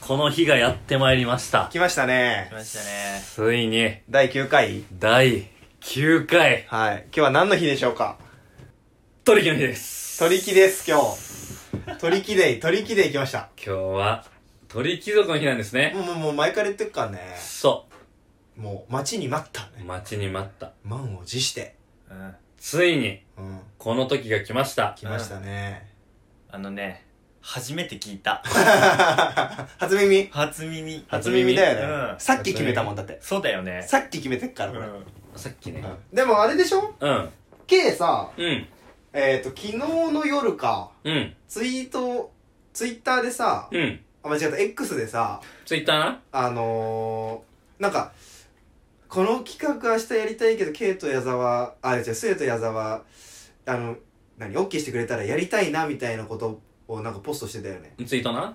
この日がやってまいりました。来ましたね来。ましたね。ついに、第9回第9回、はい。今日は何の日でしょうか取引の日です。鳥木です、今日。鳥木デイ、鳥木デイ来ました。今日は、鳥貴族の日なんですね。もう、もう、もう前から言ってるからね。そもう、待ちに待ったう。ね。待ちに待った。満を持して。うん。ついに、うん。この時が来ました。来ましたね。 あのね、初めて聞いた。初耳初耳。初耳だようね。んさっき決めたもんだって。そうだよね。さっき決めてっから、これ。さっきねう。んでもあれでしょうん。 ?K さ、うん。えっと、昨日の夜か、うん。ツイート、ツイッターでさ、うん。あ、間違った、X でさ、ツイッターなあのー、なんか、この企画明日やりたいけど、ケイと矢沢、あ、違う、スエと矢沢、あの、何、オッケーしてくれたらやりたいな、みたいなことをなんかポストしてたよね。ツイートな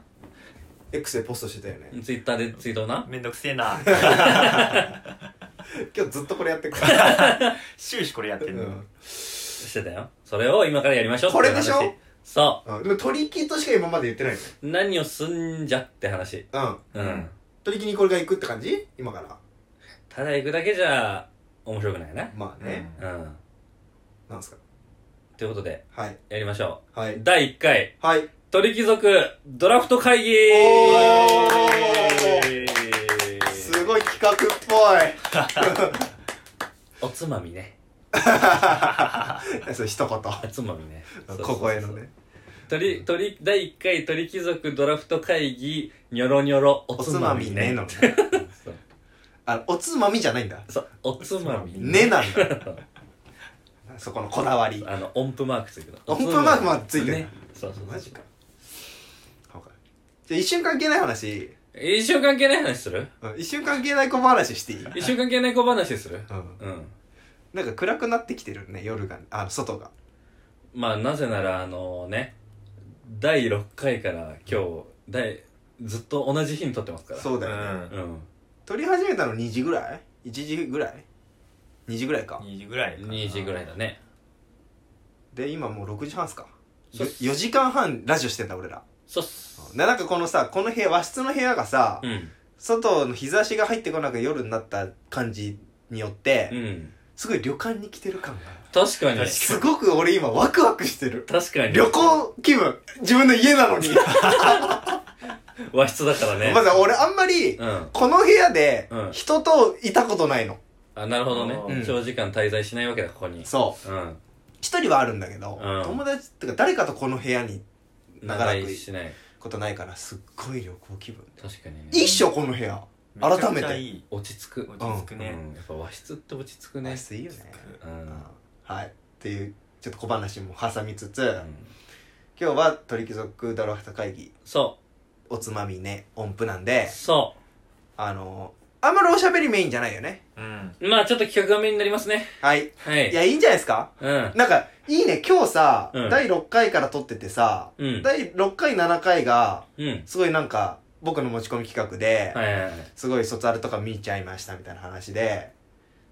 X でポストしてたよね。ツイッターでツイートなめんどくせえ な。今日ずっとこれやってるから。終始これやってうんのん。してたよ。それを今からやりましょうってこれでしょいう話そうんでも、鳥木としか今まで言ってないよね。う。何をすんじゃって話。うん。うん。鳥木にこれが行くって感じ今から。ただ行くだけじゃ、面白くないな。まあね。うん。なんすか。ということで、はい。やりましょはうい。。第1回。はい。鳥貴族ドラフト会議おすごい企画っぽおつまみね。い。 そう、一おつまみね。そうそう言。そう小声のね。鳥、鳥、第1回鳥貴族ドラフト会議、にょろにょろ、おおつつままみみねね。の。 そうあの、おつまみじゃないんだ。そう、おつまみね。なんだ。 そこのこだわり。あの、音符マークついてる。音符マークまでついてるね。そうそう。マジか。。じゃあ一瞬関係ない話、一瞬関係ない話するうん一瞬関係ない小話していい、う一瞬関係ない小話するん、うん。なんか暗くなってきてるね、夜が。あの、外が。まあ、なぜなら、あのね、第6回から今日、第、ずっと同じ日に撮ってますから。そううだよね。ん。うん。撮り始めたの2時ぐらい ?1 時ぐらい ?2 時ぐらいか。 2時ぐらいかな。 2時ぐらいだねで、今もう6時半っすか。そう4時間半ラジオしてんだ、俺ら。そうっすでなんかこのさ、この部屋、和室の部屋がさ、うん外の日差しが入ってこなく夜になった感じによって、うんすごい旅館に来てる感が。確かに確すごく俺今ワクワクしてる。確かに旅行気分。自分の家なのに。和室だからねまず俺あんまり、うんこの部屋でうん人といたことないの。あなるほどね、うん長時間滞在しないわけだここにそう。うん一人はあるんだけど、うん友達ってか誰かとこの部屋に長ら長くい居しないことないから、すっごい旅行気分。確かにね一緒この部屋。めちゃくち改めゃていい。落ち着く、落ち着くうね。ん、やっぱ和室って落ち着くねね、いいよね。ううんん、はい。っていう、ちょっと小話も挟みつつ、うん今日は鳥貴族ドラフト会議、そおつまみね、音符なんうで、そあのあんまりおしゃべりメインじゃないよね。うん。うまあちょっと企画がメインになりますねはい。はいいや、いいんじゃないですかうんなんか、いいね、今日さ、うん第6回から撮っててさ、うん第6回、7回が、うんすごいなんか、僕の持ち込み企画で、はいはいはいすごい卒アルとか見ちゃいましたみたいな話で、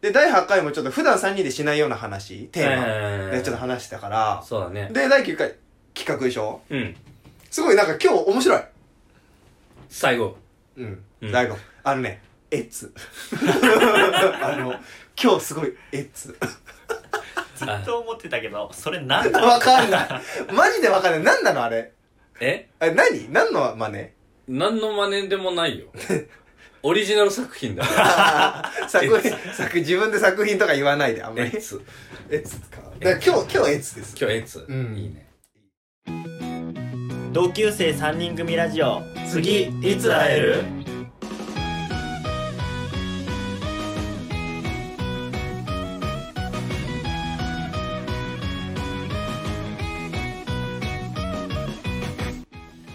で、第8回もちょっと普段3人でしないような話、テはいーはいはいマはいでちょっと話してたから、そうだねで、第9回、企画でしょうんすごいなんか今日面白い。最後うんうん。大悟、あのね、エッ ツ。あの、今日すごい、エッツ。ずっと思ってたけど、それなわんだかんない。マジでわかんない。なんなのあれ。えあれ何何の真似何の真似でもないよ オリジナル作品 だよ作品、作、自分で作品とか言わないで、あんまエりッ。ツエツか。だから今日、今日エツです。今日エッツ、うんいいね同級生3人組ラジオ。次、いつ会える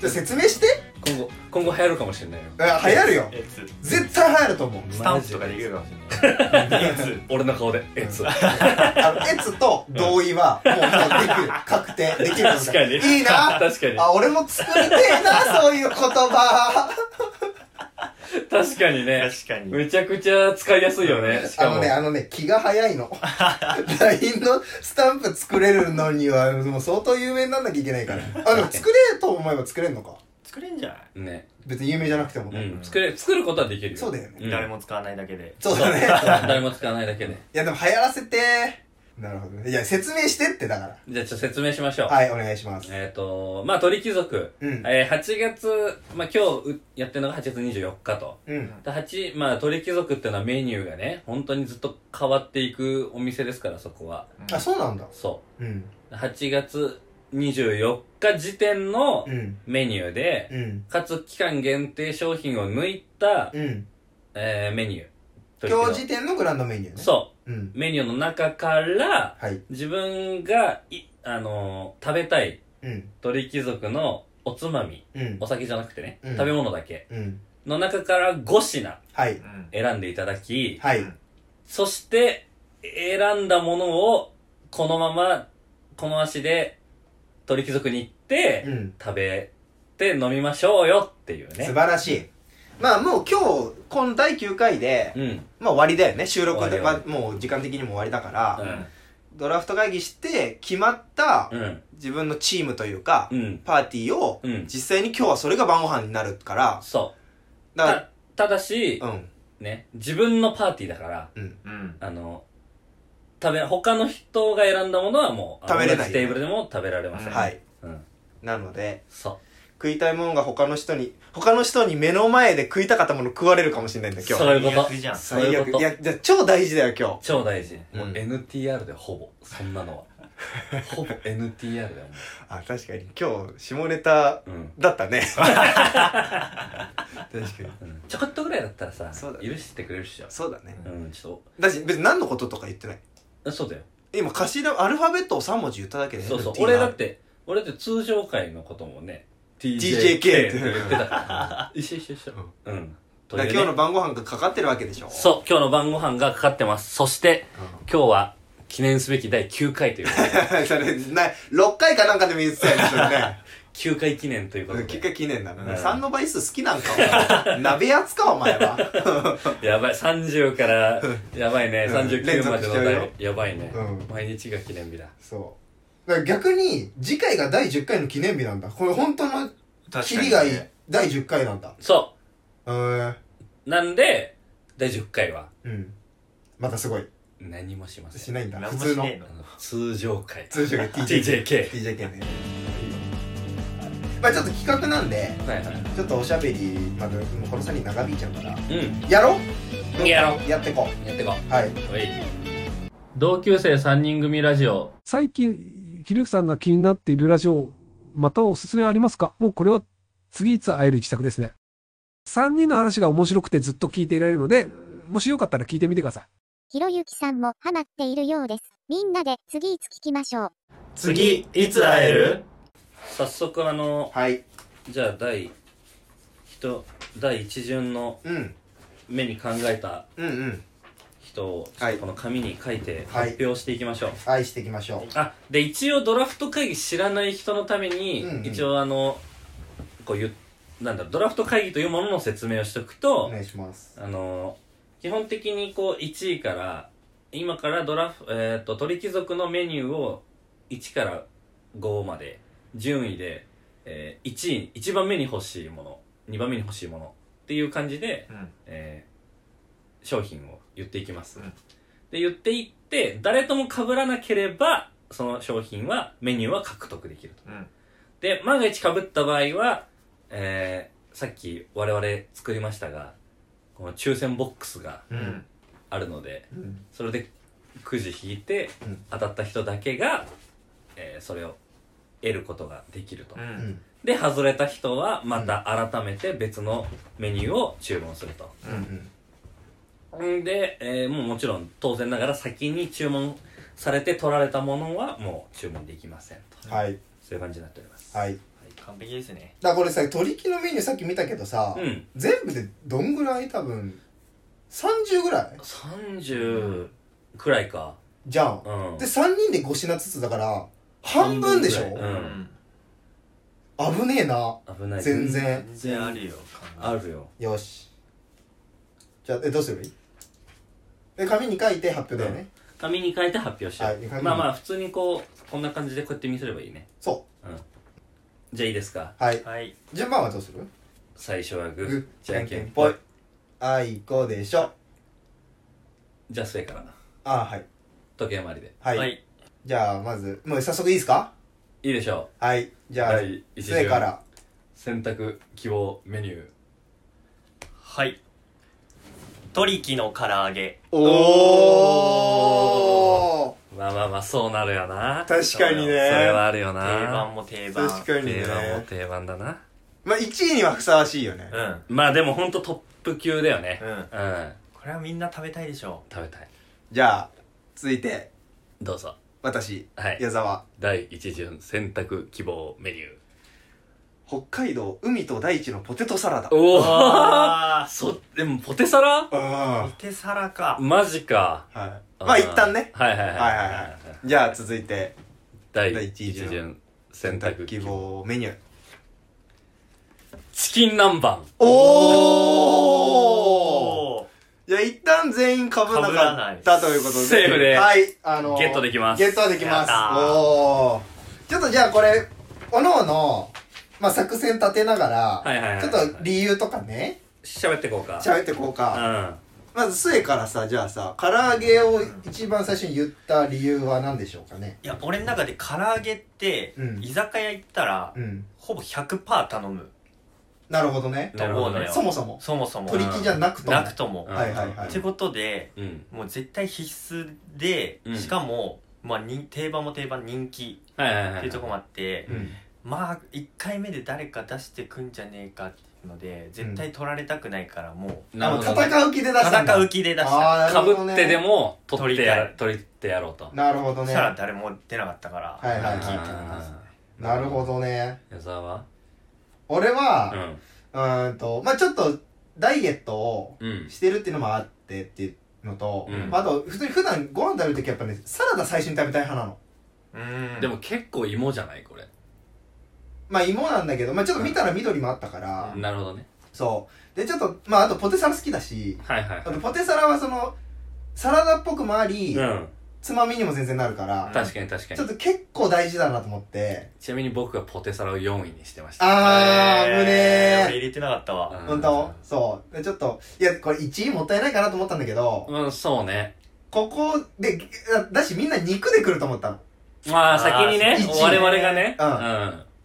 じゃあ説明して。今後今後流行るかもしれないよあ流行るよ。えつ。絶対流行ると思う。スタンプとかできるかもしれない。えつ。俺の顔でエッツ、あの、エツと同意は、もう、もうで きる。確定。できると思う。確かにいいな。 確かにあ、俺も作りてえな、そういう言葉。確かにね 確かに。めちゃくちゃ使いやすいよねしあかのもね、あのね、気が早いの。LINE のスタンプ作れるのには、もう相当有名になんなきゃいけないから。あ、でも作れと思えば作れんのか。作れんじゃないね、別に有名じゃなくてもうね、ん、作れ作ることはできるよそうだよね、うん誰も使わないだけでそうだね誰も使わないだけでいやでも流行らせてなるほどねいや説明してってだかじゃあちょっと説明しましょう、らはいお願いしますえっ、とまあ鳥貴族、うんえー、8月、まあ、今日うやってるのが8月24日とうんで8まあ鳥貴族ってのはメニューがね本当にずっと変わっていくお店ですからそこはあそうなんだそうんう8月24日時点のうんメニューで、うんかつ期間限定商品を抜いた、うんえーメニュー鳥貴今族日時点のグランドメニューねそううんうメニューの中からはい自分がいあのー食べたいうん鳥貴族のおつまみうんお酒じゃなくてね、うん食べ物だけうんの中から5品はいうん選んでいただきはういんそして選んだものをこのままこの足で鳥貴族に行って、うん食べて飲みましょうよっていう素晴ねらしいまあもう今日この第9回で、うんまあ終わりだよね収録終で、わりまあもう時間的にも終わりだから、うんドラフト会議して決まったうん自分のチームというか、うんパーティーをうん実際に今日はそれが晩ご飯になるからそうだたただし、からうんね自分のパーティーだからうんあの食べ他の人が選んだものはもうあの食べれな同いじテーブルでも食べられません、うんはいうん、なのでそ食いたいものが他の人に他の人に目の前で食いたかったもの食われるかもしれないんだうよそういう今日こと最悪じゃんそういうことやじゃあ超大事だよ今超大事、うんもう NTR でほぼそんな のはほぼ NTR だよも日あ確かに今日下ネタう、うん だったね確かにうん、ちょこっとぐらいだったらさそうだね許してくれるっしょそうだねうんちょっだし別に何のこととか言ってないとそうだよ今頭アルファベットを3文字言っただけでそうそうルーティン俺がだって俺だって通常会のこともね TJK って言ってたか ら一緒一緒一緒うんとだからいうね今日の晩ご飯がかかってるわけでしょそう今日の晩ご飯がかかってますそしてうん今日は記念すべき第9回ということで それな6回かなんかでも言ってたよねそ れね9回記念ということ結で果記念なのねうん3の倍数好きなんかお前鍋やつかお前 はやばい30からやばいねうん連39ま続でしのちゃうよ第やばいねうん毎日が記念日だそう。だから逆に、次回が第10回の記念日なんだ。これ本当の確切かにりねがいい、第10回なんだ。そうーん。うなんで第10回はうん。またすごい。何もしませしんないんだ。何普も通しの。ねえのあの通常会通常が TJK。 TJK TJK ね。まあちょっと企画なんで、はいはいちょっとおしゃべり、まだ、もうこの3人長引いちゃうから。うんやろうやろうやってこやってこう。はい。うおい同級生3人組ラジオ最近、ひるきさんが気になっているラジオ、またおすすめありますかもうこれは次いつ会える自宅ですね。3人の話が面白くてずっと聞いていられるので、もしよかったら聞いてみてください。ひろゆきさんもハマっているようです。みんなで次いつ聞きましょう。次いつ会える早速あのはい。じゃあ第人第一巡のうん。目に考えたうんうん。人をちょはっいとこの紙に書いてはい発表していきましょう、愛していきましょあで一応ドラフト会議知らない人のために、うんうん一応あのこうゆなんだろうドラフト会議というものの説明をしておくう。と、お願いします。あの基本的にこう1位から今からドラフ、えー、と鳥貴族のメニューを1から5まで順位で、えー、1位一番目に欲しいもの2番目に欲しいものっていう感じで、うんえー商品を言っていきます、うんで言っていって誰とも被らなければその商品はメニューは獲得できるとうんで万が一被った場合は、えー、さっき我々作りましたがこの抽選ボックスがううんんあるのでうん。それでくじ引いてうん当たった人だけが、えーそれを得ることができると、ううんん。で外れた人はまた改めて別のメニューを注文するとうんうん。んで、えーもうもちろん当然ながら先に注文されて取られたものはもう注文できませんとはい。そういう感じになっておりますはい。完璧ですねだからこれさ鶏木のメニューさっき見たけどさ、うん全部でどんぐらい多分30ぐらい30くらいかじゃん、うんで3人で5品ずつだから半分でしょ、半分ぐらうい危ねえな危ない全然全然あるよあるよよしじゃあえどうすればいいえ紙に書いて発表だよね、紙に書いて発表しよはい紙うにまあまあ普通にこうこんな感じでこうやって見せればいいねそじゃあいいですかはいはい。順番はどうする最初はググーッじゃんけんぽぽいいあいこでしょじゃあそれからあはい時計回りではい、はい。じゃあまずもう早速いいですかいいでしょはいじうゃあ第一杖か巡ら選択希望メニューはい。トリキの唐揚げ。おおまあまあまあそうなるよな確かにそねれはあるよ定な番も定番。確かにね定番も定番だなまあ1位にはふさわしいよねうん。まあでもほんとトップ級だよねうん。うんこれはみんな食べたいでしょ食べたいじゃあ続いてどうぞ私はい矢沢第一巡選択希望メニュー北海道海と大地のポテトサラダう。おあそでもポテサラあ。あポテサラか。マジかあはいまあ一旦ねはいはいはいはいはいはいじゃあ続いて第第一一巡巡選択希望メニューチキン南蛮おおーじゃあ一旦全員被らな被らなかいったということでセーフではいあのーゲットできますゲットはできますやったーおおちょっとじゃあこれおのおのまあ作戦立てながら、はいはいはいちょっと理由とかね喋ってこうか喋ってこううか、んまず末からさじゃあさ唐揚げを一番最初に言った理由は何でしょうかねいや、俺の中で唐揚げって、うん居酒屋行ったら、うんほぼ100%頼むなるほどねと思うのよ。そもそもそもそも。取り木じゃなくともなくともう。んはいはいはいってことで、うんもう絶対必須で、うんしかも、まあ、に定番も定番人気はいはいはいっていうところもあって、うんまあ1回目で誰か出してくんじゃねえかっていうので絶対取られたくないからもうあのなるほど戦う気で出したんだ戦う気で出したあーなかるぶほどねってでも取取ってりやたらい取ってやろうとなるほどそしねたら誰も出なかったからはいはい聞いていなるほどね矢沢は俺うはんうーんとまあちょっとダイエットをうんしてるっていうのもあってっていうのと、うんまあ、あと普通に普段ご飯食べる時やっぱねサラダ最初に食べたい派なのうんでも結構芋じゃないこれまあ芋なんだけど、まあ、ちょっと見たら緑もあったから、なるほどねそうでちょっとまああとポテサラ好きだしはいはいあとポテサラはそのサラダっぽくもあり、うんつまみにも全然なるから、確かに確かちょっにと結構大事だなと思ってちなみに僕はポテサラを4位にしてましたあー、えーぶね俺入れてなかったわ本当そう。でちょっと、いや、これ1位もったいないかなと思ったんだけど、うんそうねここで、だしみんな肉で来ると思ったの。まあ先にねあー一位我々がねう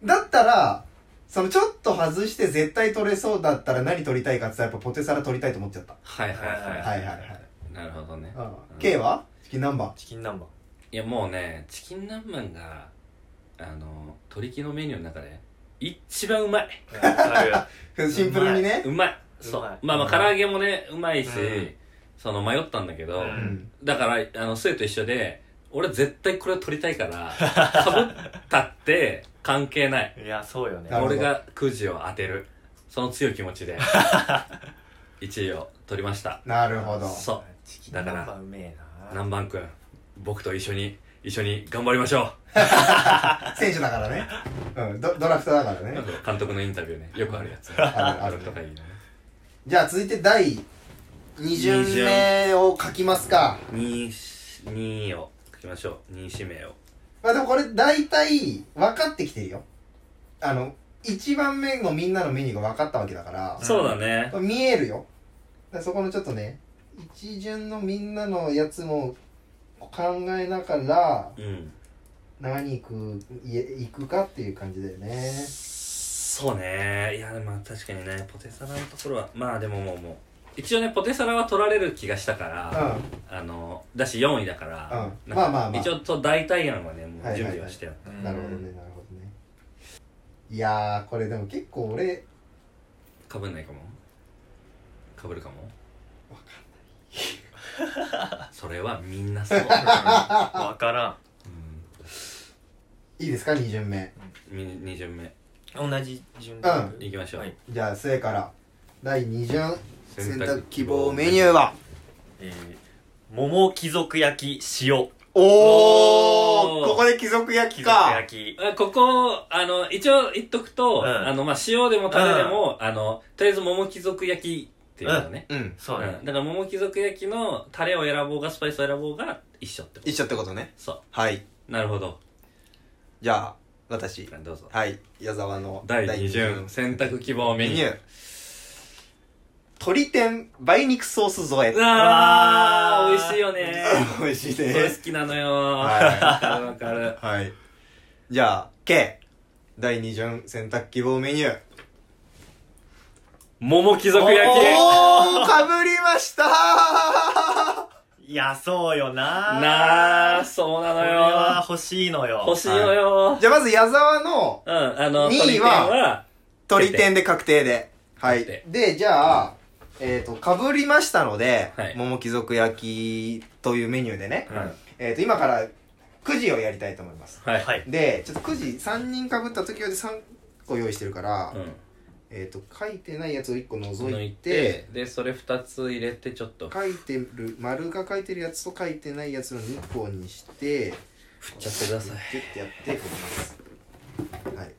だったら、そのちょっと外して絶対取れそうだったら何取りたいかって言ったらやっぱポテサラ取りたいと思っちゃった。はいはいはいはいはいはい。なるほどねうん。K はチキン南蛮。チキン南蛮いやもうねチキン南蛮があの鳥木のメニューの中で一番うまいわかシンプルにね。うまいそうまいまあまあうん唐揚げもねうまいしうんその迷ったんだけどううんん。だからあのスエと一緒で俺絶対これを取りたいからかぶったって関係ない るいやそうよねなるほど俺がくじを当てるその強い気持 ちで1位を取りましたなるほど。そチキン南だか蛮うめえうな南蛮くん僕と一緒に一緒に頑張りましょ選手だからね。うん。ドドラフトだからうねなん。か監督のインタビューねよくあるやつ あるああるるとかいいねじゃあ続いて第二巡20名を書きますか。 2位を書きましょう2指名をまあでもこれ大体分かってきてるよ。あの、一番目のみんなのメニューが分かったわけだから、そうだね見えるよ。だからそこのちょっとね、一巡のみんなのやつも考えながら、うん何行く、い行くかっていう感じだよね。そうねいやまあ確かにねポテサラのところはまあでももうもう一応ねポテサラは取られる気がしたかうら、ん。あのだし4位だから、うんなんかまあまあまあ一応と代替案はねもはうい準はいは備はいしてある、うんなるほどね、なるほどね。いやー、これでも結構俺、かぶんないかもかぶるかもわかんないそれはみん なそう、うんわからいいですか、二巡目。うん、2巡目ん同じ順いきましょう、はいじゃあ、末から。第二巡、選択希望メニューはえー桃貴族焼き塩おおおーここで貴族焼貴き族か焼きあここ、あの、一応言っとくと、うんあの、まあ、塩でもタレでも、あの、とりあえず桃貴族焼きっていうのね。うんそううだんねだから桃貴族焼きのタレを選ぼうがスパイスを選ぼうが一緒ってこと一緒ってことねそはいうなるほどじゃあ私どうぞはい矢沢の第2巡選択希望メメニニュューー鶏天梅肉ソース添えうわー美味しいよね美味しいこれね好きなのよーわかはるわかるはいじゃあ K 第2巡選択希望メニュー桃貴族焼きおーかぶりましたーいやそうよななあそうなこのれはよ欲しいのよ欲しいのよじゃあまず矢沢のうんあの二位は鳥天は鶏天で確定で。はい確定。で、じゃあ、えっ、と、かぶりましたので、はい桃貴族焼きというメニューでね、うんはえっ、と、今からくじをやりたいと思います。いはいで、ちょっとくじ3人かぶった時用で3個用意してるから、うんえっ、と、書いてないやつを1個除抜いいてて、でそれ2つ入れてちょっと書いてる、丸が書いてるやつと書いてないやつの2個にして、振っちゃってくださいギュッてやってこます。はい。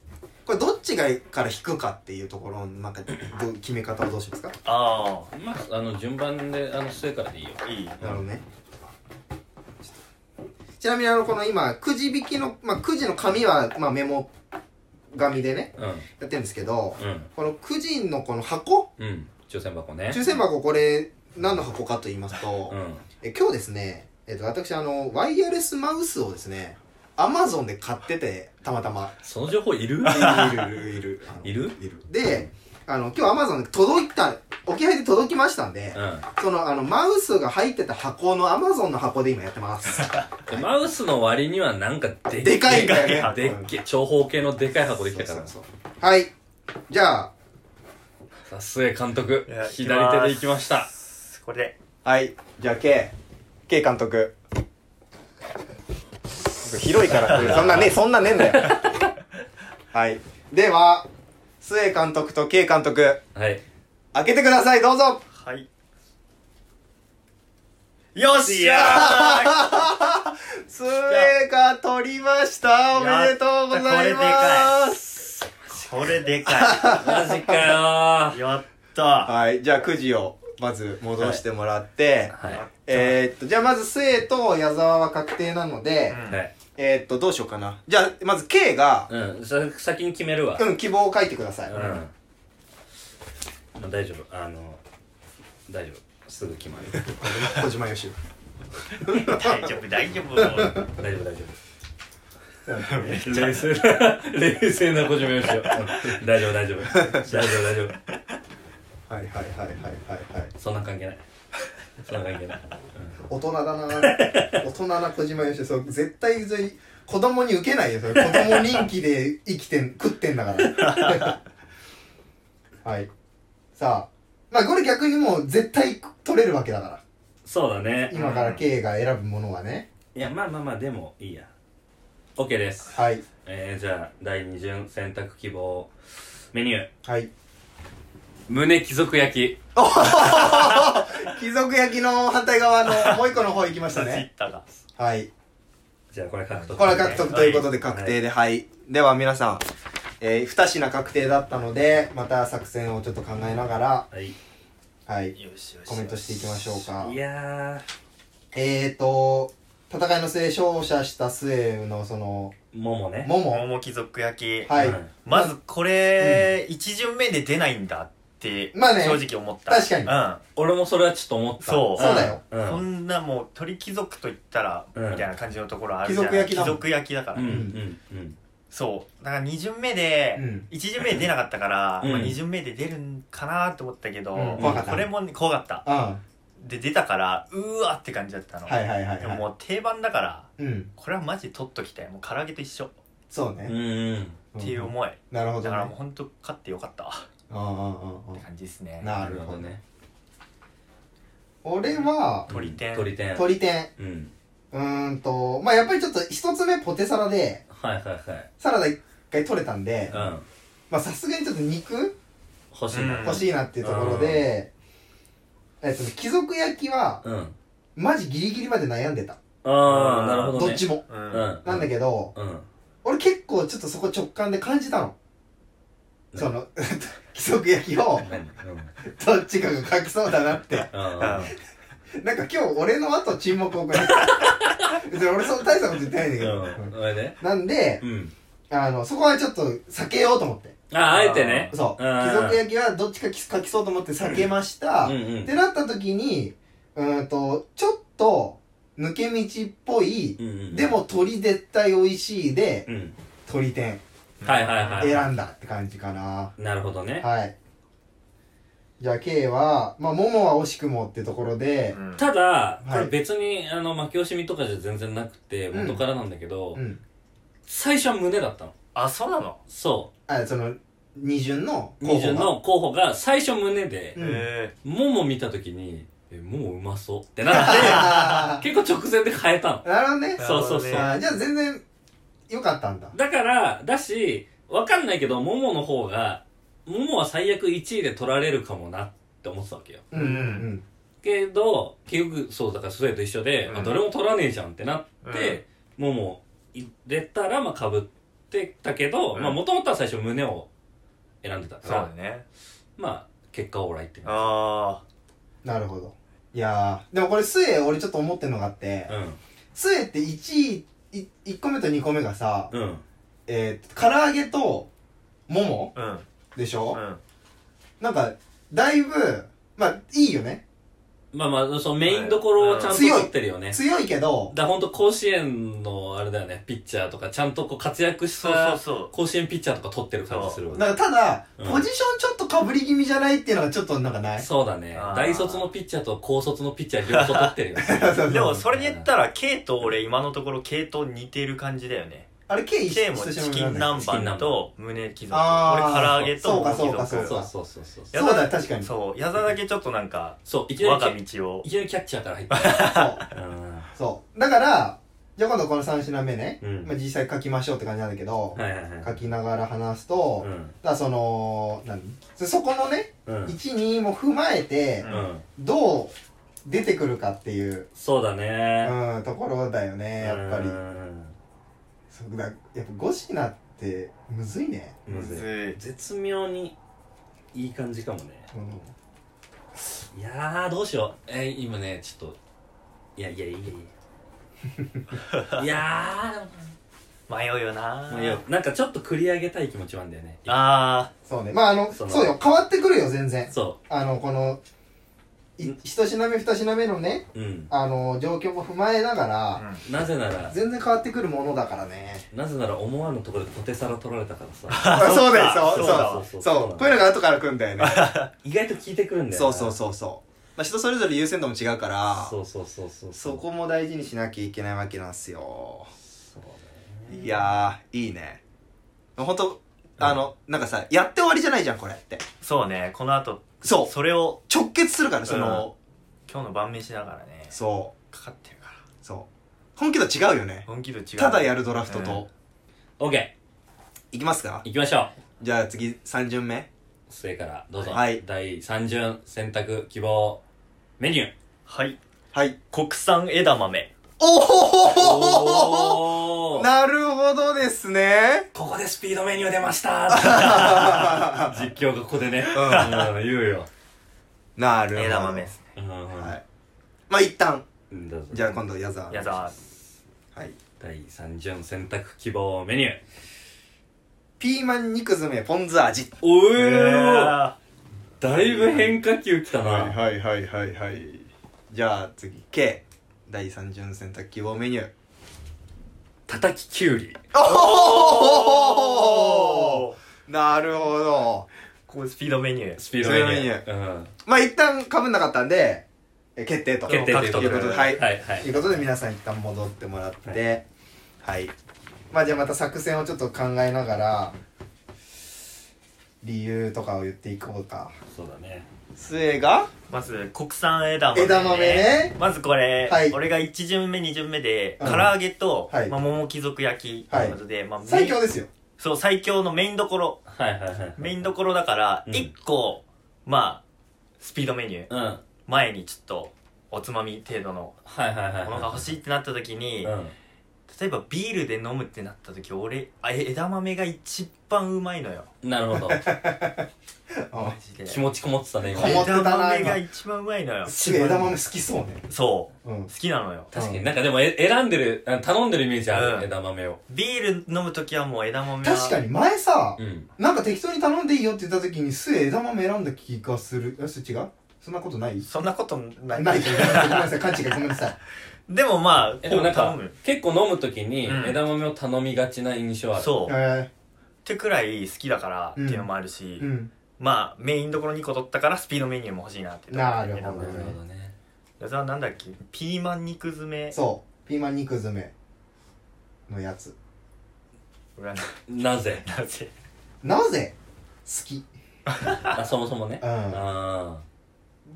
これどっちがから引くかっていうところのなんかどう決め方をどうしますかあまああの順番であの末からでいいよあいいなるほどね。ちなみにあのこの今くじ引きのまあくじの紙はまあメモ紙でねうやってるんですけど、んうんこのくじのこの箱うん抽選箱ね抽選箱これ何の箱かと言いますと、うんえ今日ですね、えっと私あのワイヤレスマウスをですね、アマゾンで買っててたまたま。その情報いるいるいるいるあ のいるいるであの今日アマゾンで届いた置き配で届きましたんで、うんそのあのマウスが入ってた箱のアマゾンの箱で今やってますでマウスの割にはなんかでっでかいんでだよっねでっけ長方形のでかい箱できたかそうらそうそうはいじゃあさすが監督いや左手でいきましたこれではいじゃあ KK 監督広いからこれそんなねそんなねえんだよはいでは須江監督と K 監督はい開けてくださいどうぞはいよっしゃスエが取りましたおめでとうございますーこれでかマジかよいやったはい、じゃあくじをまず戻してもらって、ーはいえー、っと、じゃあまずスエと矢沢は確定なので、うんはいえー、っと、どうしようかな。じゃあ、まず K が、うんさ先に決めるわうん、希望を書いてください。うん、まあ、大丈夫あの大丈夫すぐ決まる小島よし大丈夫大丈夫大丈夫大丈夫冷静な 冷静な小島よしおうん大丈夫大丈夫大丈夫大丈夫お。はいはいはいはいはいはい。そんな関係ないそんな関係ない、大人だ な大人な小島よしお。そう、絶対、それ子供に受けないよ。それ子供人気で生きてん、食ってんだから。 はい。さあ、まあこれ逆にもう絶対取れるわけだから。そうだね今から K が選ぶものはね、いやまあまあまあでもいいや OK ですはいえー、じゃあ第2巡選択希望メニューはい胸貴族焼き貴族焼きの反対側のもう一個の方行きましそたうツイッねターが はいじゃあこれ獲得、これは獲得ということではい確定ではい、では皆さん、えー、2品確定だったのでまた作戦をちょっと考えながらはい、はいよしよしコメントしていきましょうかいやえーと戦いの末勝者した末のそのーももねもも桃貴族焼きはいうんまずこれ一巡目で出ないんだってまあね正直思った確かに俺もそれはちょっと思ったそうそうだよううんこんんなもう鳥貴族と言ったらうんみたいな感じのところあるじゃ貴ん族焼きだ貴もん族焼きだからうんうんうんそうだから二巡目でうん一巡目で出なかったからうんまあ二巡目で出るんかなと思ったけどうん怖かったこれも怖かったうんはで出たからうわって感じだったのいはいはいでもはもう定番だからいうんこれはマジ取っときたいもう唐揚げと一緒そううね、んうんうんっていう思いなるほどだねからあもう本当勝ってよかったわああって感じですねななるるほほどどねね俺は鳥天鳥天鳥天うんうーんと、まあやっぱりちょっと一つ目ポテサラで、はいはいはいサラダ一回取れたんで、うんまあさすがにちょっと肉欲しいなうん欲しいなっていうところで、えっと、貴族焼きは、うんマジギリギリまで悩んでた。ああなるほどねどっちも。ううんんなんだけど、うん俺結構ちょっとそこ直感で感じたの。その、 貴族焼きを、何うんどっちかが書きそうだ なって。あなんか今日俺の後 沈黙をこれ。別に俺そんな大したこと言ってないんだけーど。うんあれねなんで、うんあの、そこはちょっと避けようと思って。あ、あえてね。そう。うん貴族焼きはどっちか書きそうと思って避けました。うんうっんて。なった時に、うーんと、ちょっと抜け道っぽい、うんうんで、も鳥絶対美味しいでう、ん。鳥天はいはいはい選んだって感じかな。なるほどね。はい。じゃあ K は、まあ、ももは惜しくもってところでう、んただ、いこれ別に、あの、負け惜しみとかじゃ全然なくて、うん元からなんだけどう、ん。最初は胸だったの。あそうなのそあ、その、二巡のう。候補二が巡 の候補が最初胸うで、んへもも見た時に、え、もううまそうってなって、 あ結構直前で変えたの。ーなるほどね。そうそうそう。あーじゃあ全然良かったんだ。だから、だし、わかんないけど、ももの方が、ももは最悪1位で取られるかもなって思ってたわけよ。うんうんけど、結局、そう、だから、それと一緒で、うんあどれも取らねえじゃんってなって、もも入れたら、まあ、被ってたけど、うんまあ、もともとは最初胸を選んでたーかそうらだ、ねまあ、結果オーライって感あなるほど。いやー、でもこれ、末、俺ちょっと思ってるのがあってじ。、うん。末って1位、い1個目と2個目がさ、うん。えー、唐揚げと、ももあうんでしょ、うんなんか、だいぶ、まあ、いいよね。まあまあ、そのメインどころをちゃんと強い取ってるよね。強いけど、だからほんと甲子園のあれだよね、ピッチャーとか、ちゃんとこう活躍しそうそたうそう甲子園ピッチャーとか取ってる感じするわねなんかただ、うんポジションちょっとかぶり気味じゃないっていうのがちょっとなんかないそそうだねあ。ー大卒のピッチャーと高卒のピッチャー両方取ってるよね。 うそうそうでもそれで言ったら K と俺今のところ K と似てる感じだよねあれ、K 一 K もチキン南チキン南蛮蛮と胸貴族あ俺唐ー揚げとそうか胸貴族そうかそうそうそうそう。そうだ確かにそう矢沢だけちょっとなんかそう、いきな我りキャ、が道をいきなりキャッチャーから入った。そう。うんそう。だから、じゃあ今度この3品目ね、うんまあ、実際書きましょうって感じなんだけど、はいはいは書い。きながら話すと、うだかん。らその、何そそこのね、うん。 1、2も踏まえて、うん。どう出てくるかっていう、そうだうね。ん、ところだよね、やっぱりう。んそうだやっぱ5品ってむずいね。むむずい。ず絶妙にいい感じかもね。うんいやー、どうしよう。えー、今ね、ちょっと。いやいやいやい や。いやい迷うよなー、もうよ、なんかちょっと繰り上げたい気持ちもあるんだよね。あそうね。まああの、そそのうよ、変わってくるよ、全然。そあの、この、いん一品目、二品目のね、う。うん。あの、状況も踏まえながあら、なぜなら、全然変わってくるものだからね。 なぜなら思わぬところでポテサラ取られたからさあそうだよ、そっかそう、そう そだわう、そうそう。こういうのが後から来るんだよね。意外と効いてくるんだよそなうそうそうそう。まあ人それぞれ優先度も違うから、そうそうそうそうそこも大事にしなきゃいけないわけなんすよ。そうねいやー、いいね。ほんと、あの、なんかさ、やって終わりじゃないじゃん、これって。そうねこの後そう。それを直結するから、その、今日の晩飯だからねそかかってるかう、らそう。本気と違うよね。本気度違うただやるドラフトと。 OK いきますか行きましょじゃあ次、3巡目。う末からどうぞ、はい第3巡選択希望メニューはいはい。国産枝豆おほほおーなるほどですね。ここでスピードメニュー出ました 実況がここでね、うん言うよ、なるほど。枝豆ですうねんはい。まあ一旦、うんどうぞじゃあ今度矢沢。矢沢はい。第3巡選択希望メニューピーマン肉詰めポン酢味。おええだいぶ変化球きたな、はいはいはいはい。じゃあ次、K。第3巡選択希望メニュー。叩ききゅうりおーなるほど。ここスピードメニュースピードメニューうんまあ一旦被んなかったんで、え決定と。決定ということでということで、ははいい。はいはということで皆さん一旦戻ってもらって、ははい。まあじゃあまた作戦をちょっと考えながら、理由とかを言っていこうか。そうだね末がまず国産枝豆、枝豆ねまずこれ、はい俺が1巡目2巡目で、うん唐揚げと、はいまあ、桃貴族焼きということで、まあ、最強メイでンすよ。そう最強のメインどころはいはいはいメインどころだから、うん一1個まあスピードメニュうーんはい前にちょっとおつまみ程度のはいはいものが欲しいってなった時に、うん例えばビールで飲む ってなった時俺あえ枝豆が一番うまいのよなるほどあジで気持ちこもってたね、今こ。もってた枝な豆今が一番うまいのよすぐ枝豆好きそうねそうんう好きなのよ確かになんかでもえ選んでる、あ頼んでるイメージある、うん枝豆を。ビール飲む時はもう枝豆は確かに前さうん。なんか適当に頼んでいいよって言った時にす枝豆選んだ気がするあそれ違うそんなことないそんなことな いないごめんなさい勘違いごめんなさいでもまあえでもなん頼かむ、結構飲むときにうん枝豆を頼みがちな印象ある。そうっえてくらい好きだからってうんいうのもあるしーうんまあメインどころ2個取ったからスピードメニューも欲しいなってなるほどなるほどね。矢沢なんだっけピーマン肉詰めそうピーマン肉詰めのやつ俺はななぜなぜなぜ好きあ、そもそも ね。うあ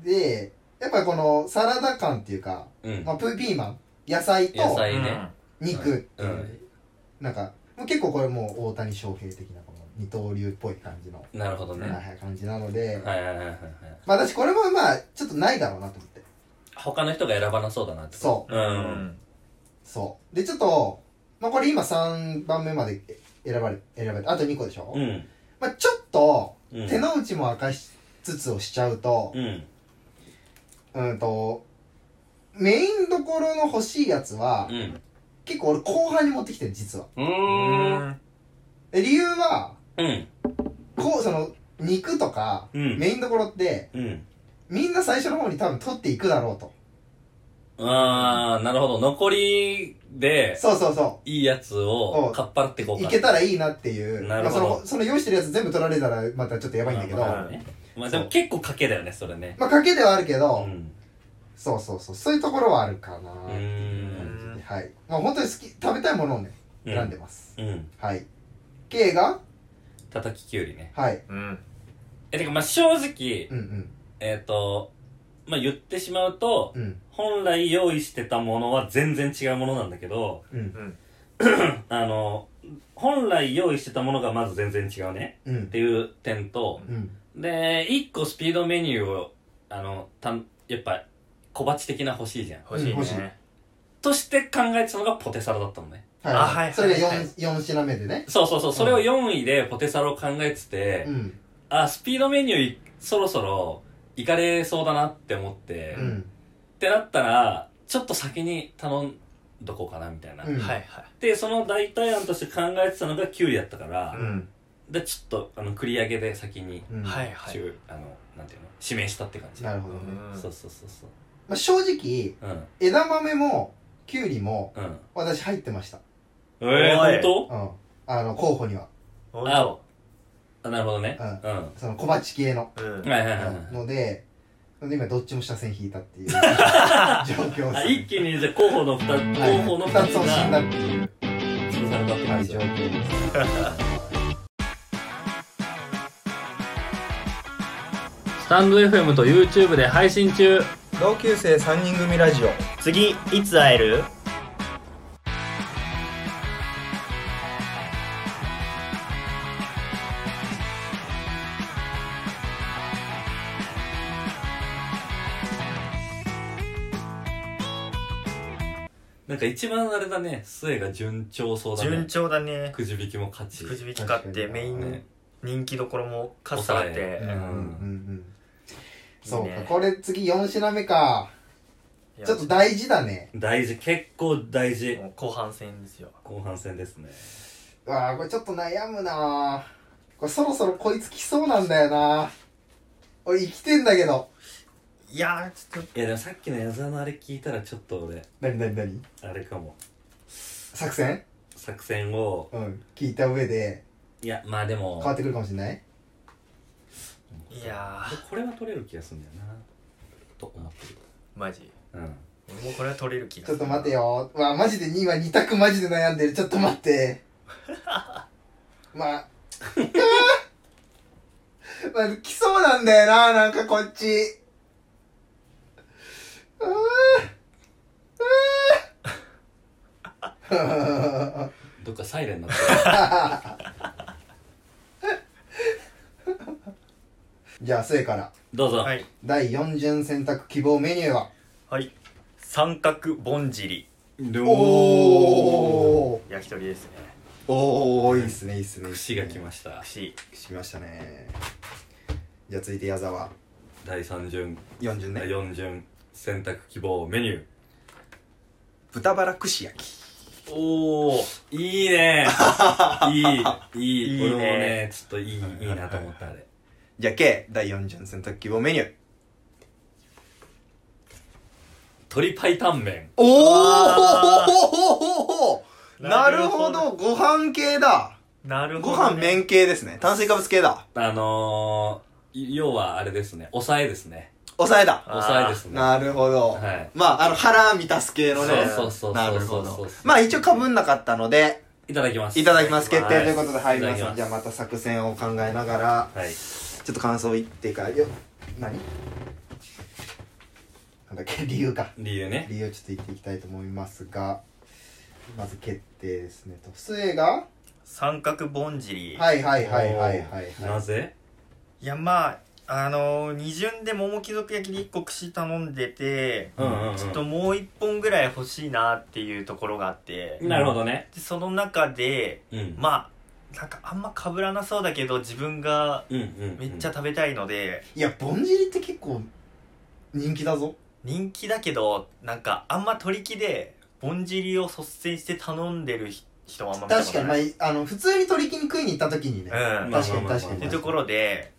んでやっぱりこのサラダ感っていうか、あ。うんま。あ、プーピーマン野菜と野菜いね肉っていうう、ん。なんかもう結構これもう大谷翔平的なこの二刀流っぽい感じの、なるほどね。はいはい感じなので、はいはいはいはいはい。まあ私これもまあちょっとないだろうなと思って他の人が選ばなそうだなって。。そううん。そうでちょっとまあこれ今3番目まで選ばれ選ばれたあと2個でしょ、うん。まあちょっとうん。手の内も明かしつつをしちゃうとうん。うんとメインどころの欲しいやつは、うん。結構俺後半に持ってきてる実はううんーん。で理由はうん。こうその肉とかうん。メインどころってうん。みんな最初の方に多分取っていくだろうとああ、なるほど。残りで、そうそうそいいやつうを、んかっぱらってこううか。いけたらいいなっていうなるほどまあ、そのその用意してるやつ全部取られたらまたちょっとやばいんだけど、まあまあねまあでも結構賭けだよね、それね。まあ賭けではあるけど、ん。そうそうそうそういうところはあるかなうーん。はいまあ本当に好き食べたいものをねう選んでます、うん。はい K が叩ききゅうりね。はいうんえ、てかまあ正直う、んえっと、まあ言ってしまうと、うんうん本来用意してたものは全然違うものなんだけど、うんあの、本来用意してたものがまず全然違うねうんうっんていう点と、うんで、一個スピードメニューを、あの、たんやっぱ、小鉢的な欲しいじゃん。欲しい欲しいねとして考えてたのがポテサラだったのね。はい、あはいそれがはい 4, 四品目でねそうそうそう、それを4位でポテサラを考えてて、うんあ、スピードメニューいそろそろ行かれそうだなって思って、うっんてなったら、ちょっと先に頼んどこうかなみたいな。うんはいはいで、その代替案として考えてたのがキュウリだったから、うんで、ちょっと、あの、繰り上げで先に、うんはいはい中あの、なんていうの指名したって感じ。なるほどね、うんそうそうそうそう。まあ、正直うん、枝豆もきゅうりもうん。私入ってましたえー、おい本うんあの候補にはおうあ当あ、なるほどね。ううん。その小鉢系の、うんはいはいはいはうんのでので今どっちも車線引いたっていう状況い。であ、す一気に、じゃあ候補の二つ、はい候補の二つ二つを死んだが、っていう潰されたっては感いじ状。況ですスタンド FM と YouTube で配信中。同級生3人組ラジオ次いつ会えるなんか一番あれだね、末が順調そうだ順ね。調だねくじ引きも勝ち。くじ引き買っ確かてにメインね人気どころもかっさあうっうん抑てんえうんうんそういいかねこれ次4品目かいやちょっと大事だね大事、結構大事。もう後半戦ですよ後半戦ですね。うわあこれちょっと悩むなこれそろそろこいつ来そうなんだよな俺生きてんだけどいやーちょっいやでもさっきの矢沢のあれ聞いたらちょっと俺、なになになにあれかも。作戦作戦を、うん聞いた上でいや、まあでも変、わってくるかもしれないといやこれは取れる気がするんだよな。と思ってーマジる。うん。俺もうこれは取れる気ちがすょっると待てよ。うわ、マジで2は2択マジで悩んでる。ちょっと待 って。まあ。 まあ、来そうなんだよな、なんかこっち。うーうーどっかサイレンになってじゃあ、末から。る。 どうぞ。はい第4巡選択希望メニューははい三角ぼんじりおー焼き鳥ですねおー、いいっすね、いいっすね。串が来ました。串しましたねじゃあ続いて矢沢第3巡、 4巡ね第4巡選択希望メニュ豚バラ串焼きーおおいいねいいいいいいね俺もねちょっといいいいなと思ったあれじゃあ K 第4巡選択希望メニュー鶏白湯麺おあおななるるほほどどご飯系だなるごほ飯ど、麺系ですね炭水化物系だあのー、要はあれですね抑えですね抑えだあー抑えですねなるほど、はいまああの腹満たす系のねそうそうそうそうそうそうなるほどまあ一応かぶんなかったのでいただきますいただきます決定はということで入りまいただすきじゃあまた作戦を考えながらはいちょっと感想言ってからよ何なんだっけ 理由か理由ね理由をちょっと言っていきたいと思いますがまず決定ですねと末が三角ぼんじり、はいはいはいはいはいおーはないぜい、やまああのー、二巡で桃貴族焼きで一個串頼んでて、うんうんうんちょっともう一本ぐらい欲しいなっていうところがあって、なるほどねでその中でうんまあなんかあんま被らなそうだけど自分がうんうんめっちゃ食べたいので、いやぼんじりって結構人気だぞ人気だけどなんかあんま取り気でぼんじりを率先して頼んでるひ人はあんま見たこ確かとに、ないまあ、あの普通に鳥木に食いに行った時にね、うん確かにまあまあまあまあ確かにっていうところで、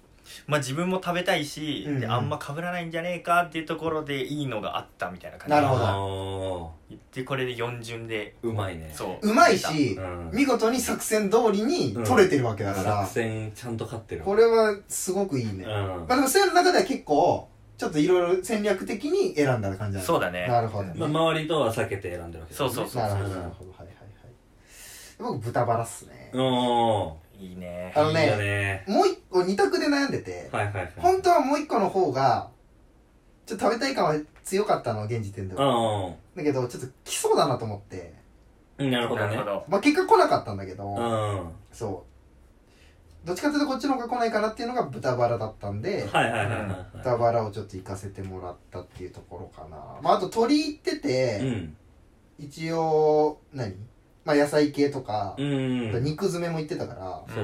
まあ、自分も食べたいし、うんうでんあんま被らないんじゃねえかっていうところでいいのがあったみたいな感じなるほどどでこれで4巡でうまいねそううまい出しう、ん見事に作戦通りに取れてるわけだから、作戦ちゃんと勝ってるこれはすごくいいね、うまんあでもそれの中では結構ちょっといろいろ戦略的に選んだ感じたなんそうだだねなるほどね、まあ周りとは避けて選んでるわけだよねそうそうなるほどそうなるほどはいはいはい僕豚バラっすね、おいいねあーのいいねよねもう一個二択で悩んでて、はいはいはい本当はもう一個の方がちょっと食べたい感は強かったの現時点では、だけどちょっと来そうだなと思ってうんなるほどなねるほどまあ結果来なかったんだけど、うんはそうどっちかというとこっちの方が来ないかなっていうのが豚バラだったんいではいはいはい豚はバラをちょっと行かせてもらったっていうところかなまああと鳥行っていて、ん一応何まあ野菜系とか、うんそう肉詰めも行ってたから、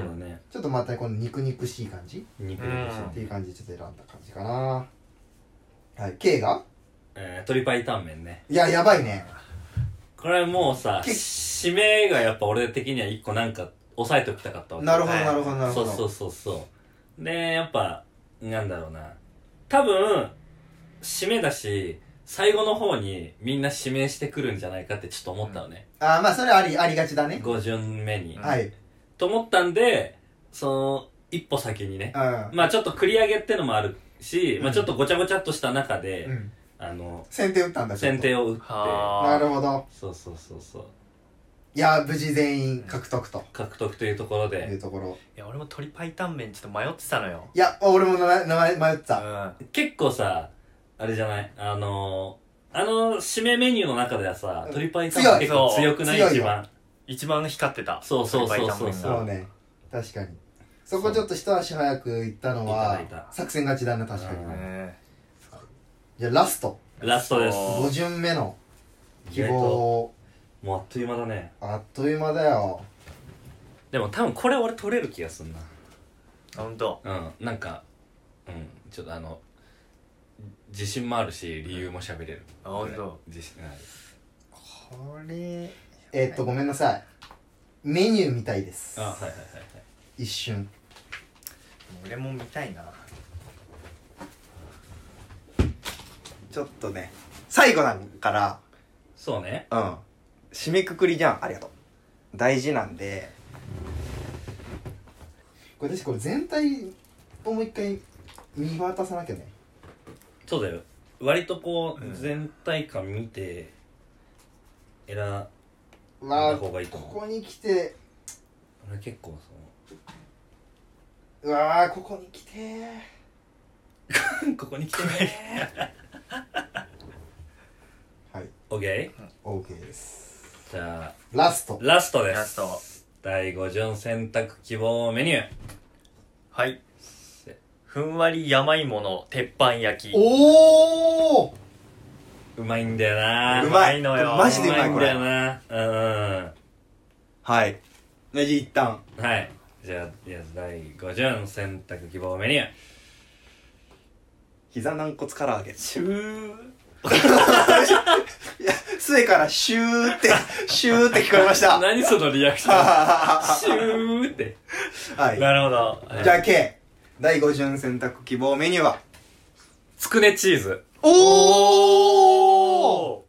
だねちょっとまたこの肉肉しい感じ肉うん肉しっいていう感じでちょっと選んだ感じかなはい K がえー鶏白湯麺ねいややばいねこれもうさけ締めがやっぱ俺的には一個なんか抑えておきたかったわけなるほどはいなるほどなるそほどうそうそうそうでやっぱなんだろうな多分締めだし最後の方にみんな指名してくるんじゃないかってちょっと思ったのね、あーまあそれはありありがちだね5巡目に、うんはいうんと思ったんでその一歩先にねまあちょっと繰り上げってのもあるし、まあちょっとごちゃごちゃっとした中で、うんあの先手打ったんだちょっと先手を打ってなはるほどそうそうそうそういや無事全員獲得と獲得というところいうでところあいや俺も鶏白湯麺ちょっと迷ってたのよいや俺も名前迷ってうたん結構さあれじゃないあのー、あの締めメニューの中ではさうん鶏白湯麺結構強強くない強い一よ番一番光ってたそうそうそうそう鶏白湯麺そがうね確かにそこちょっと一足早く行ったのいはただいた作戦勝ちだな確かにうんねじゃあラストラストですそう5巡目の希意外と望もうあっという間だねあっという間だよでも多分これ俺取れる気がすんほんとなうんなんかうんちょっとあの自信もあるし理由も喋れるあほんと自信あるこれえーっとごめんなさいメニューみたいですあはいはいはい一瞬俺も見たいなちょっとね最後だからそうねうん締めくくりじゃんありがとう大事なんでこれ私これ全体をもう一回見渡さなきゃねそうだよ割とこうんう全体感見て選んだまあ方こがいいと思うこに来て俺結構そうわーここに来てのここに来てねはい OK OK ですじゃあラストラストですラスト第5巡選択希望メニューはいせふんわり山芋の鉄板焼きおおうまいんだよなうまいのよこれマジでうまいんこだれよなうんはいじゃあ一旦はい。じゃあ、いや第5順選択希望メニュー。膝軟骨唐揚げ シュー末からシューってシューって聞こえました何そのリアクシ ョンシューってはいなるほど。はいじゃあ K 第5巡選択希望メニューはつくねチーズおお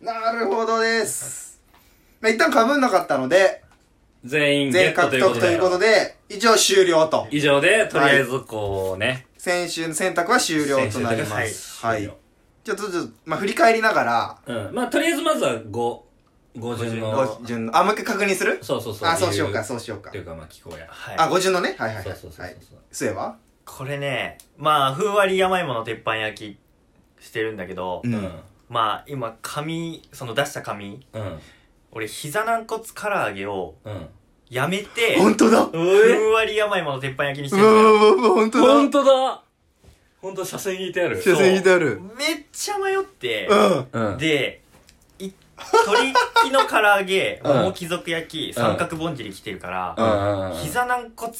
なるほどです、まあ、一旦かぶんなかったので全員ゲ全ット獲ということ得とでいうことで一応終了と以上でとりあえずこうね、先週の選択は終了となりますはい、選手じゃあちょっと、まあ、振り返りながらたちがうんまあとりあえずまずは5五順のあ五順のあもう一回確認するそうそうそうあそうしようかうそうしようかっていうかまあ聞こうやはいあ五順のねはいはいそうはいそうそうそう、はい末はこれね、まあ、ふんわり甘いもの鉄板焼きしてるんだけど、ううんんまあ、今、紙、その出した紙、うん俺、膝軟骨唐揚げをうんやめて、本当だうふんわり甘いもの鉄板焼きにしうてるんだよ。わうわうわ本当だほんとだほんと車線引いてある写真見てあるめっちゃ迷ってう、うんんで、い鶏木の唐揚げ、うん桃貴族焼き、三角ぼんじり来てるから、うん膝軟骨唐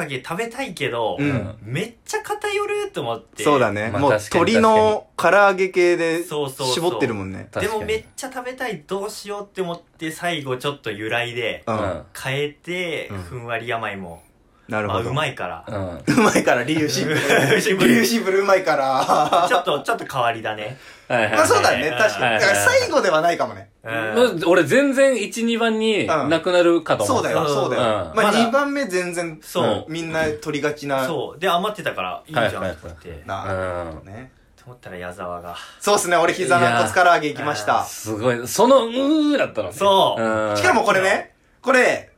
揚げ食べたいけど、うんめっちゃ偏ると思って。そうだね。まあもう確かに鶏の唐揚げ系でそうそうそう絞ってるもんね。でもめっちゃ食べたい、どうしようって思って、最後ちょっと由来で、ううんん。変えて、うんふんわり甘いも。なるまあ、ほど。うまいから。うんうまいから、理由シンプル。シンプル理由シンプルうまいから。 ちょっと、ちょっと変わりだね。はいはいまあそうだね、はい確かはに。いだから最後ではないかもね。うんまあ俺全然1、2番になくなるかと思そううだよ、そうそうだよ。うんままあだ2番目全然、そうみんな取りがちな。そう。で、余ってたから、いいじはゃいはいんはってい言って。となうん。ね。思ったら矢沢が。そうっすね、俺膝軟骨唐揚げ行きましいやた。すごい。その、うーだったのね。そううんしかもこれね、これ、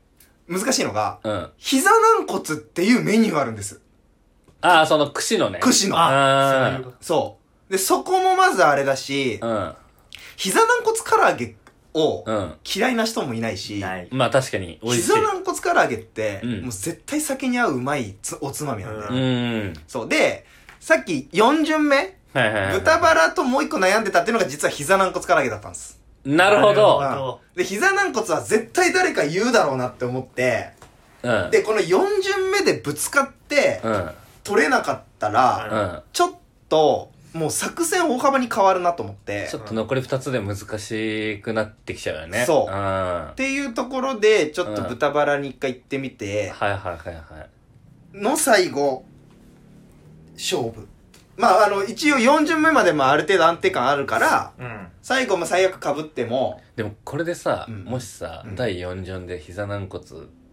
難しいのが、うん。膝軟骨っていうメニューあるんです。ああ、その、串のね。串の。あーそういうこそう。で、そこもまずあれだし、うん。膝軟骨唐揚げをうん。嫌いな人もいないし、とない。まあ確かに、美味しい膝。軟骨唐揚げって、うんもう絶対酒に合ううまいつおつまみなんだよ、うーん。そう。で、さっき4巡目、はいはいはい。豚バラともう一個悩んでたっていうのが実は膝軟骨唐揚げだったんです。なるほどな。るほで、膝軟骨は絶対誰か言うだろうなって思って、うん。で、この4巡目でぶつかってう、ん。取れなかったら、うん。ちょっと、もう作戦大幅に変わるなと思ってちょ、っと残り2つで難しくなってきちゃうよね。そううん。はっいていうところで、ちょっと豚バラに一回行ってみて、はいはいはい。の最後、勝負。まあ、あの、一応4巡目までもある程度安定感あるから、ど。うん。最後も最悪被っても、でもこれでさ、うんもしさ、うん第4巡で膝軟骨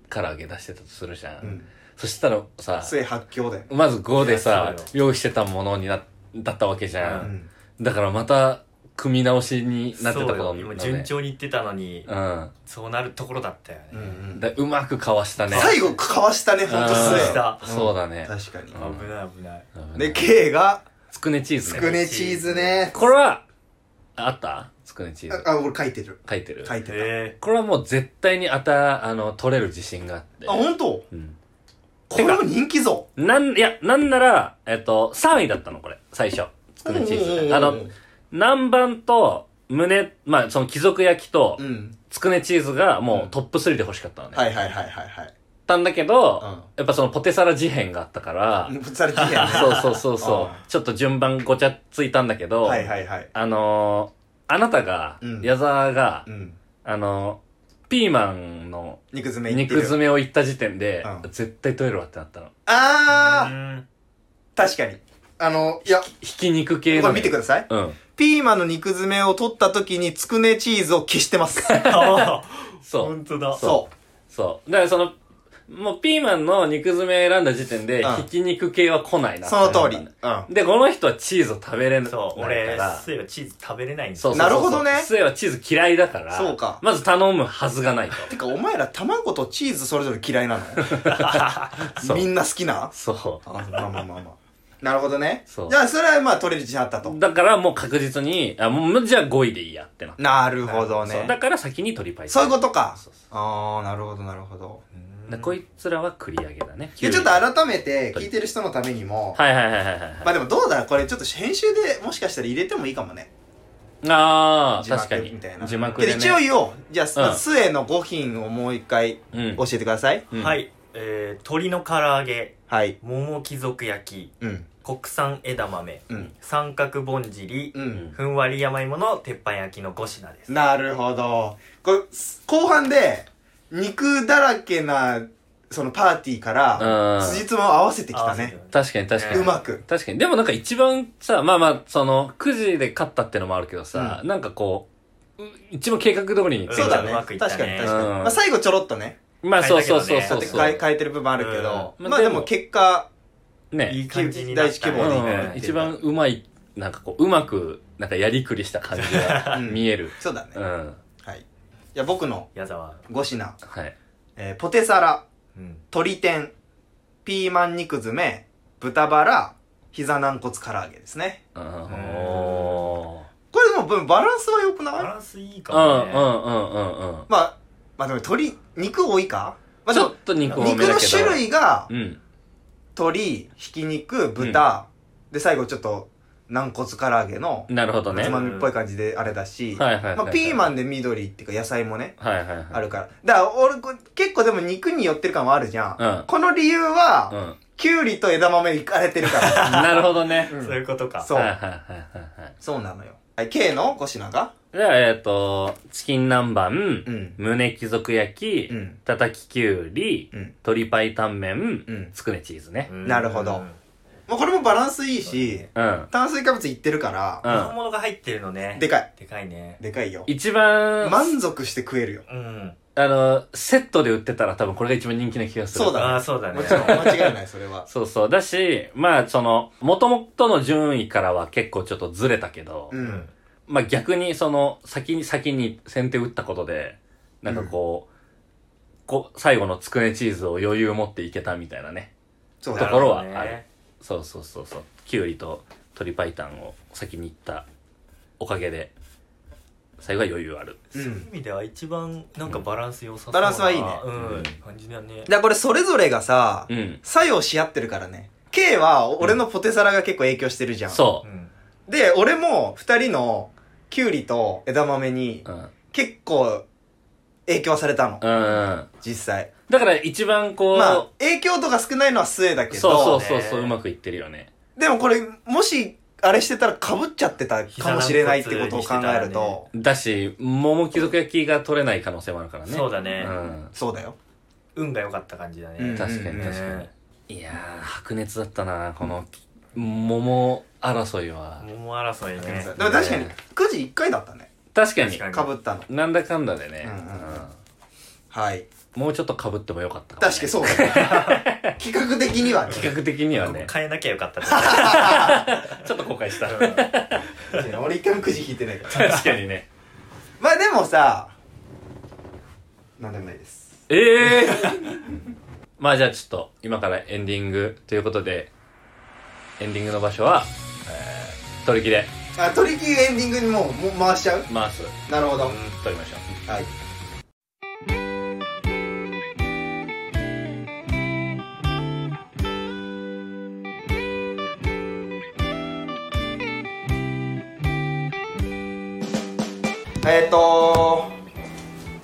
から揚げ出してたとするじゃん。うん、そしたらさ、末発狂だよ。まず5でさいやそう、用意してたものにな、だったわけじゃ。うんん。だからまた、組み直しになってたことそうよに今なるね順調にいってたのに、うん。そうなるところだったようね。んだうまくかわしたね。最後、かわしたね、ほんとうん末。したそうだね。確かに。うん危ない危ない。で、K が、つくねチーつズくね。ねチーズね。これは、あったつくねチーズ。あ、俺書いてる。書いてる。書いてる。えこれはもう絶対にあた、あの、取れる自信があってあ、。ほんとうん。これも人気ぞ。なん、いや、なんなら、えっと、3位だったの、これ。最初。つくねチーズ。あの、、南蛮と、胸、まあ、その貴族焼きとう、ん。つくねチーズがもうトップ3で欲しかったのね。はいはいはいはいはい。たんだけど、うんやっぱそのポテサラ事変があったから、ぶつかれてるやん ね。そうそうそうそあう、ちょっと順番ごちゃついたんだけど、 はいはいはい。あのー、あなたが、うん矢沢が、うん。あのー、ピーマンの肉詰めいって肉る。詰めを言った時点で、うん絶対取れるわってなったの。ー。あー、うん確かに。あの、いや、ひき肉系この、れ見てください。うん。ピーマンの肉詰めを取った時につくねチーズを消して ます。。あーそう本。当だ。そうそう。だからその、もうピーマンの肉詰め選んだ時点で、うんひき肉系は来ないなってその通り。なうんった。の。で、この人はチーズを食べれないかそう、俺、ら。そういえばチーズ食べれないんだそうそうそうそうなるほどねスエはチーズ嫌いだから。そうかまず頼むはずが ないと。てか、お前ら卵とチーズそれぞれ嫌いな そのうみんな好きなそあ、まあまあまあまあ。なるほどね。そうじゃあ、それはまあ取れる自信あったとう。。だからもう確実に、あ、もう、じゃあ5位でいいやってな。なるほどそうねだ。から先に取りパイそういうことかそうそ。あー、なるほどなるほど。うだこいつらは繰り上げだね。いや、ちょっと改めて聞いてる人のためにも、はいはいはいはいはい。まあでもどうだこれちょっと編集でもしかしたら入れてもいいかもね。ああ、字幕確かにみたいな。。字幕けどでね。一応言おう。じゃあ、うん末の5品をもう一回うん教えてください。うんはい。えー、鶏の唐揚げ、はい。桃貴族焼き、うん。国産枝豆、うん三角ぼんじり、う。うんんふんわり山芋の鉄板焼きの5品ですなるほど。これ、す後半で、肉だらけな、そのパーティーから、あ辻褄を合わせてきたね。確かに確かにうまく。確かにでもなんか一番さまあまあそのくじで勝ったってのもあるけどさ、なんかこうう一番計画通りにいってんじゃんそうだうね。まくいったね確かに確かに。うんまあ最後ちょろっとね、まあそうそうそう変えたけそどうねそう変え変えてる部分あるけど、うんままあであでもも結果、いねい感じになった、大規模にうん一番うまいなんかこううまくなんかやりくりした感じがうん見えるそうだね。うん、はい。じゃあ僕の矢沢、 5品、はいえーポテサラ、うん、鶏天、ピーマン肉詰め、豚バラ、膝軟骨唐揚げですね。うんんおこれでもぶバランスは良くないバランスいいかーうんもうね、んうんうんうんまあ、まあでも鶏、肉多いかまあちでょもっ、と肉多めだけ肉どの種類が、うん鶏、ひき肉、豚、で最後ちょっと軟骨唐揚げの、なるほどねつまはいみっぽい感じであれだし、はいはいはい、まあピーマンで緑っていうか野菜もね、はいはいはいあるから。だから俺こ結構でも肉に寄ってる感はあるじゃん。うんこの理由うんは、きゅうりと枝豆いかれてるから。なるほどねうんそういうことかそうはいはいはいはいはいそうなのよ。はい、K の5品がじゃあえっ、とチキン南蛮、うん。胸貴族焼き、うん。たたききゅうり、うん。鶏パイタンメン、うん。つくねチーズねう。んなるほどうんまあこれもバランスいいし、うん。うん。炭水化物いってるから、本物が入ってるのねでかい。でかいねでかいよ。一番、満足して食えるよ。うんあの、セットで売ってたら多分これが一番人気な気がする。そうだねああそうだねもちろん、間違いない、それは。そうそう。だし、まあ、その、元々の順位からは結構ちょっとずれたけど、う。うんまあ逆にその、先に先に先手打ったことで、なんかこう、こ最後のつくねチーズを余裕持っていけたみたいなね。そうとだころはあるなほどねそうそうそうそう。キュウリと鶏白湯を先に行ったおかげで、最後は余裕ある。う。そういうん意味では一番なんかバランス良さそうバなランスはいいねうんうん感じだねだからこれそれぞれがさ、うん。作用し合ってるからね。K は俺のポテサラが結構影響してるじゃん。そうんで、俺も二人のキュウリと枝豆にう。うん。結構影響されたのう。ん。実際。だから一番こう、まあ、影響とか少ないのは末だけど、そうそうそうそう、ねうまくいってるよね。でもこれ、もし、あれしてたら被っちゃってたかもしれないってことを考えると、だし、桃貴族焼きが取れない可能性もあるからね。そうだねうん。そうだよ。運が良かった感じだうんね確かにね確かに。いやー、白熱だったな、この、桃争いは。桃争いねでも確かに、くじ一回だったね。確かに、被確ったの。なんだかんだでね、うんうんうはい。んもうちょっと被ってもよかったかも、ね。確かにそうだ ね。企画的にはね。企画的にはね、変えなきゃよかったねちょっと後悔した。いや俺一回もくじ引いてないから。確かにね。 まあでもさ、なんでもないです。ええまあじゃあちょっと今からエンディングということで、エンディングの場所は、えー、取り切れあ、トリキーエンディングにもう、もう回しちゃう回す。なるほど。取りましょう。はい。えっ、ー、と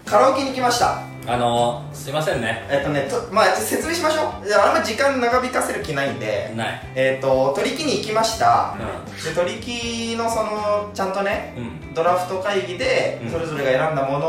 カラオケに来ましたあのー、すいませんね。えっ、とねとまあ説明しましょういやあんま時間長引かせる気ないんでない。えっ、と取り木に行きましたう、ん。で取り木のそのちゃんとねうん。ドラフト会議でうんそれぞれが選んだもの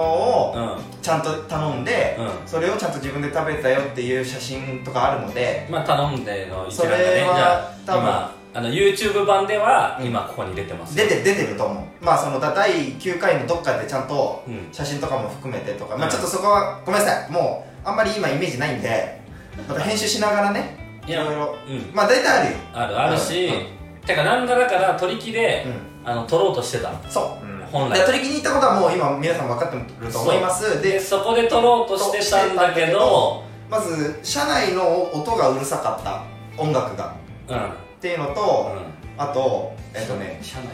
うをん。ちゃんと頼んで、うんそれをちゃんと自分で食べたよっていう写真とかあるのでまあ頼んでの一覧がね、それじゃはあ、多分今、あの、YouTube 版では、今ここに出てます。出て出てると思うまあそのだ第9回のどっかでちゃんとうん写真とかも含めてとか、うまあんちょっとそこはごめんなさいもうあんまり今イメージないんでまた編集しながらねいいやろいろうん。まあ大体あるよある、あるし、うんてか、なんだだから取り木で、うあの、取ろうとしてたの。んそうう、ん本で来。取り木に行ったことはもう今皆さん分かってると思いますで、でそこで取ろうとしてたんだけど、まず車内の音がうるさかった音楽がうん。うん。っていうのと、あとえっとね社内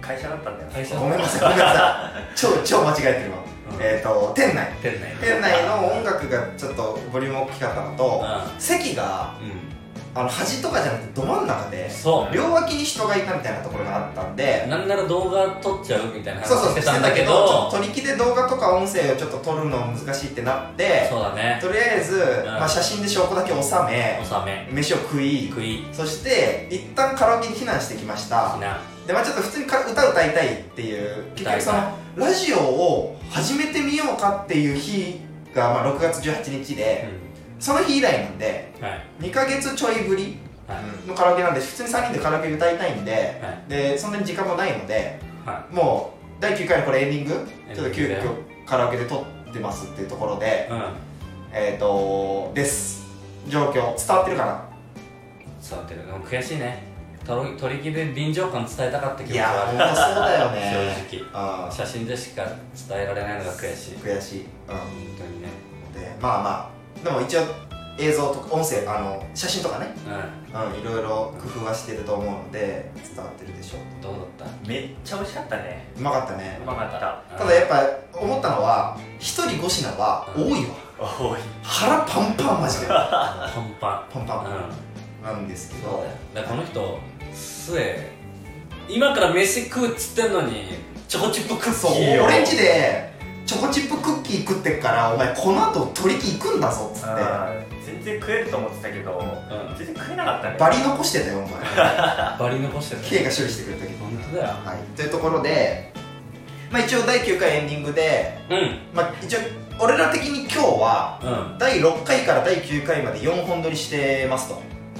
会社だったんだよ会社ごめんなさいごめんなさい超超間違えてるわ、うんえっ、と店内店内店内の音楽がちょっとボリューム大きかったのと、席がうんあの端とかじゃなくてど真ん中でそ両脇に人がいたみたいなところがあったんでうなんなら動画撮っちゃうみたいなそう話しそうしててたんただけけどちょどっと取り木で動画とか音声をちょっと撮るの難しいってなってそうだねとりあえず、まあ、写真で証拠だけ収め納め飯を食い食いそして一旦カラオケに避難してきました避難でまあちょっと普通にか歌歌いたいっていう歌結いたい局そのラジオを始めてみようかっていう日が、まあ、6月18日で、その日以来なんでうんはい2ヶ月ちょいぶりはいのカラオケなんで普通に3人でカラオケ歌いたいんで、はでそんなに時間もないのではもう第9回のこれエンディングエンディングちょっと急だよ遽カラオケで撮ってますっていうところでいうんえっ、とです状況伝わってるかな伝わってるでも悔しいねとろ取り木で臨場感伝えたかった気持いちや はあーほるんとそうだよね正あ直ー写真でしか伝えられないのが悔しい本悔しい、うん、当にねでまあまあでも一応映像とか音声あの写真とかね、ううん、いろいろ工夫はしてると思うので伝わってるでしょんどうだっめっちゃ美味しかったねううまかったねうまかったたただやっぱ思ったのは一人5品は多いわおい腹パンパンマジ でぱパンパパンンパうんンなんですけそうどだよだからこの人末今から飯食うっつってんのにチョコチップクそうッキーを俺んちでチョコチップクッキー食ってっからお前この後取り木行くんだぞっつってうん全然食えると思ってたけどうん全然食えなかったねバリ残してたよお前バリ残してたキエが処理してくれたけど本当だよはい というところでまあ一応第9回エンディングでうんまあ一応俺ら的に今日は第6回から第9回まで4本撮りしてますと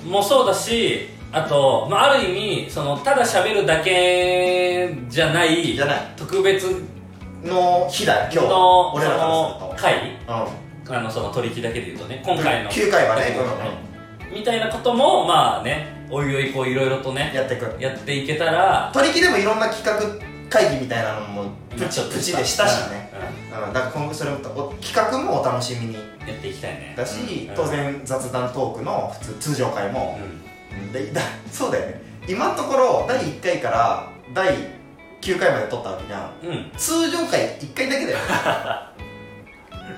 うんもうそうだしあと、まあ、ある意味そのただ喋るだけじゃないじゃない特別の日だ今日の俺らからそのす回るとうんあのその取引だけで言うとね今回の9回はね、みたいなこともまあねおいおいこういろいろとねやっていくやっていけたら取り木でもいろんな企画会議みたいなのもプチプチでしたしね、、ううん、だから今後それもお企画もお楽しみんにやっていきたいねだし、うん当然雑談トークの普通通常会も、うでだそうだよね今のところ第1回から第9回まで撮ったわけじゃんん、うん、通常会1回だけだよ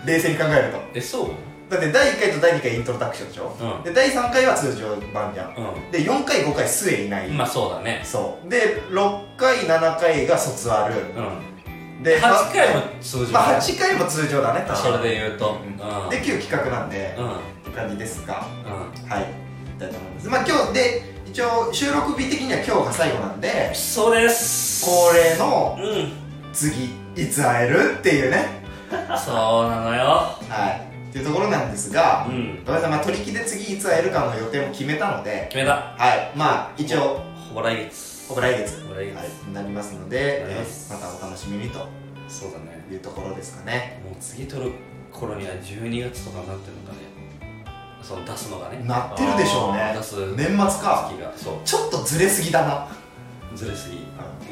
冷静に考えるとえそうだって第1回と第2回イントロダクションでしょうんで第3回は通常版じゃんうで4回5回末いない、んまあそうだねそうで6回7回が卒アルうん8で回も通常まあだまあよ8回も通常だね確かそにれで言うとうんうんで旧企画なんで、うんって感じですがうんはいいきたいと思いますまあ今日で一応収録日的には今日が最後なんでそうです恒例のうん次いつ会えるっていうねそうなのよはいっていうところなんですがうんごめんなさいまあ取り木で次いつ会えるかの予定も決めたので決めたはいまあ一応ほぼ来月ほぼ来月、ほぼ来月、はい、なりますのでなりますえーまたお楽しみにとそうだねいうところですかねもう次撮る頃には12月とかになってるのかねその出すのがねなってるでしょうね出す年末か月がそちょっとずれすぎだなうずれすぎ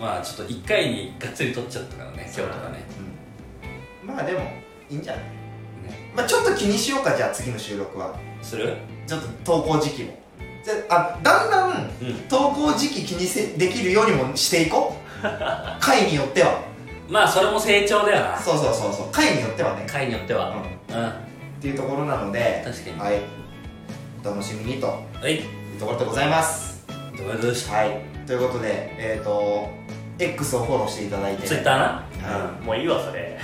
まあちょっと1回にがっつり撮っちゃったからね今日とかねまあでもいいんじゃないねまあちょっと気にしようかじゃあ次の収録はするちょっと投稿時期もじゃああだんだんうん投稿時期気にせできるようにもしていこう回によってはまあそれも成長だよなそうそうそうそう回によってはね、回によってうん、はっうんていうところなので確かにはいお楽しみにといはいうところでございますどうやどうしはいということでえっ、ー、と X をフォローしていただいてツイッターなはいうんもういいわそれ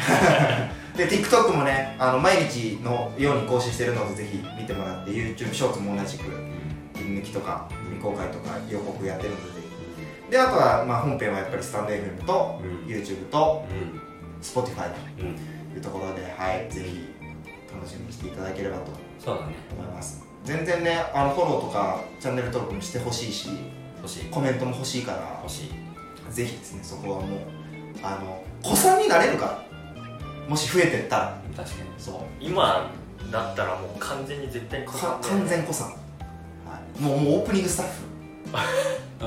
で TikTok もねあの毎日のように更新してるのでぜひ見てもらって YouTube ショーツも同じく切り抜きとか未公開とか予告やってるのでぜひであとは、まあ、本編はやっぱりスタンド FM とうん YouTube とうん、 Spotify うん、というところではいぜひ楽しみにしていただければとそうだね思います全然ねあのフォローとかチャンネル登録もしてほしいし欲しいコメントも欲しいから欲しいぜひですねそこはもうあの子さんになれるからもし増えてったら確かにそう今だったらもう完全に絶対こか完全子さん、はい、もうもうオープニングスタッフ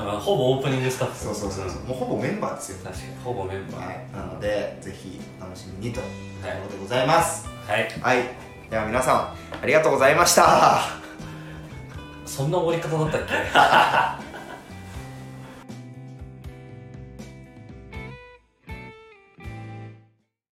あほぼオープニングスタッフそうそうそうそう、もうほぼメンバーですよ確かにほぼメンバーはいなのでぜひ楽しみにというはところでございますい、はい、はいでは皆さんありがとうございましたそんな終わり方だったっけ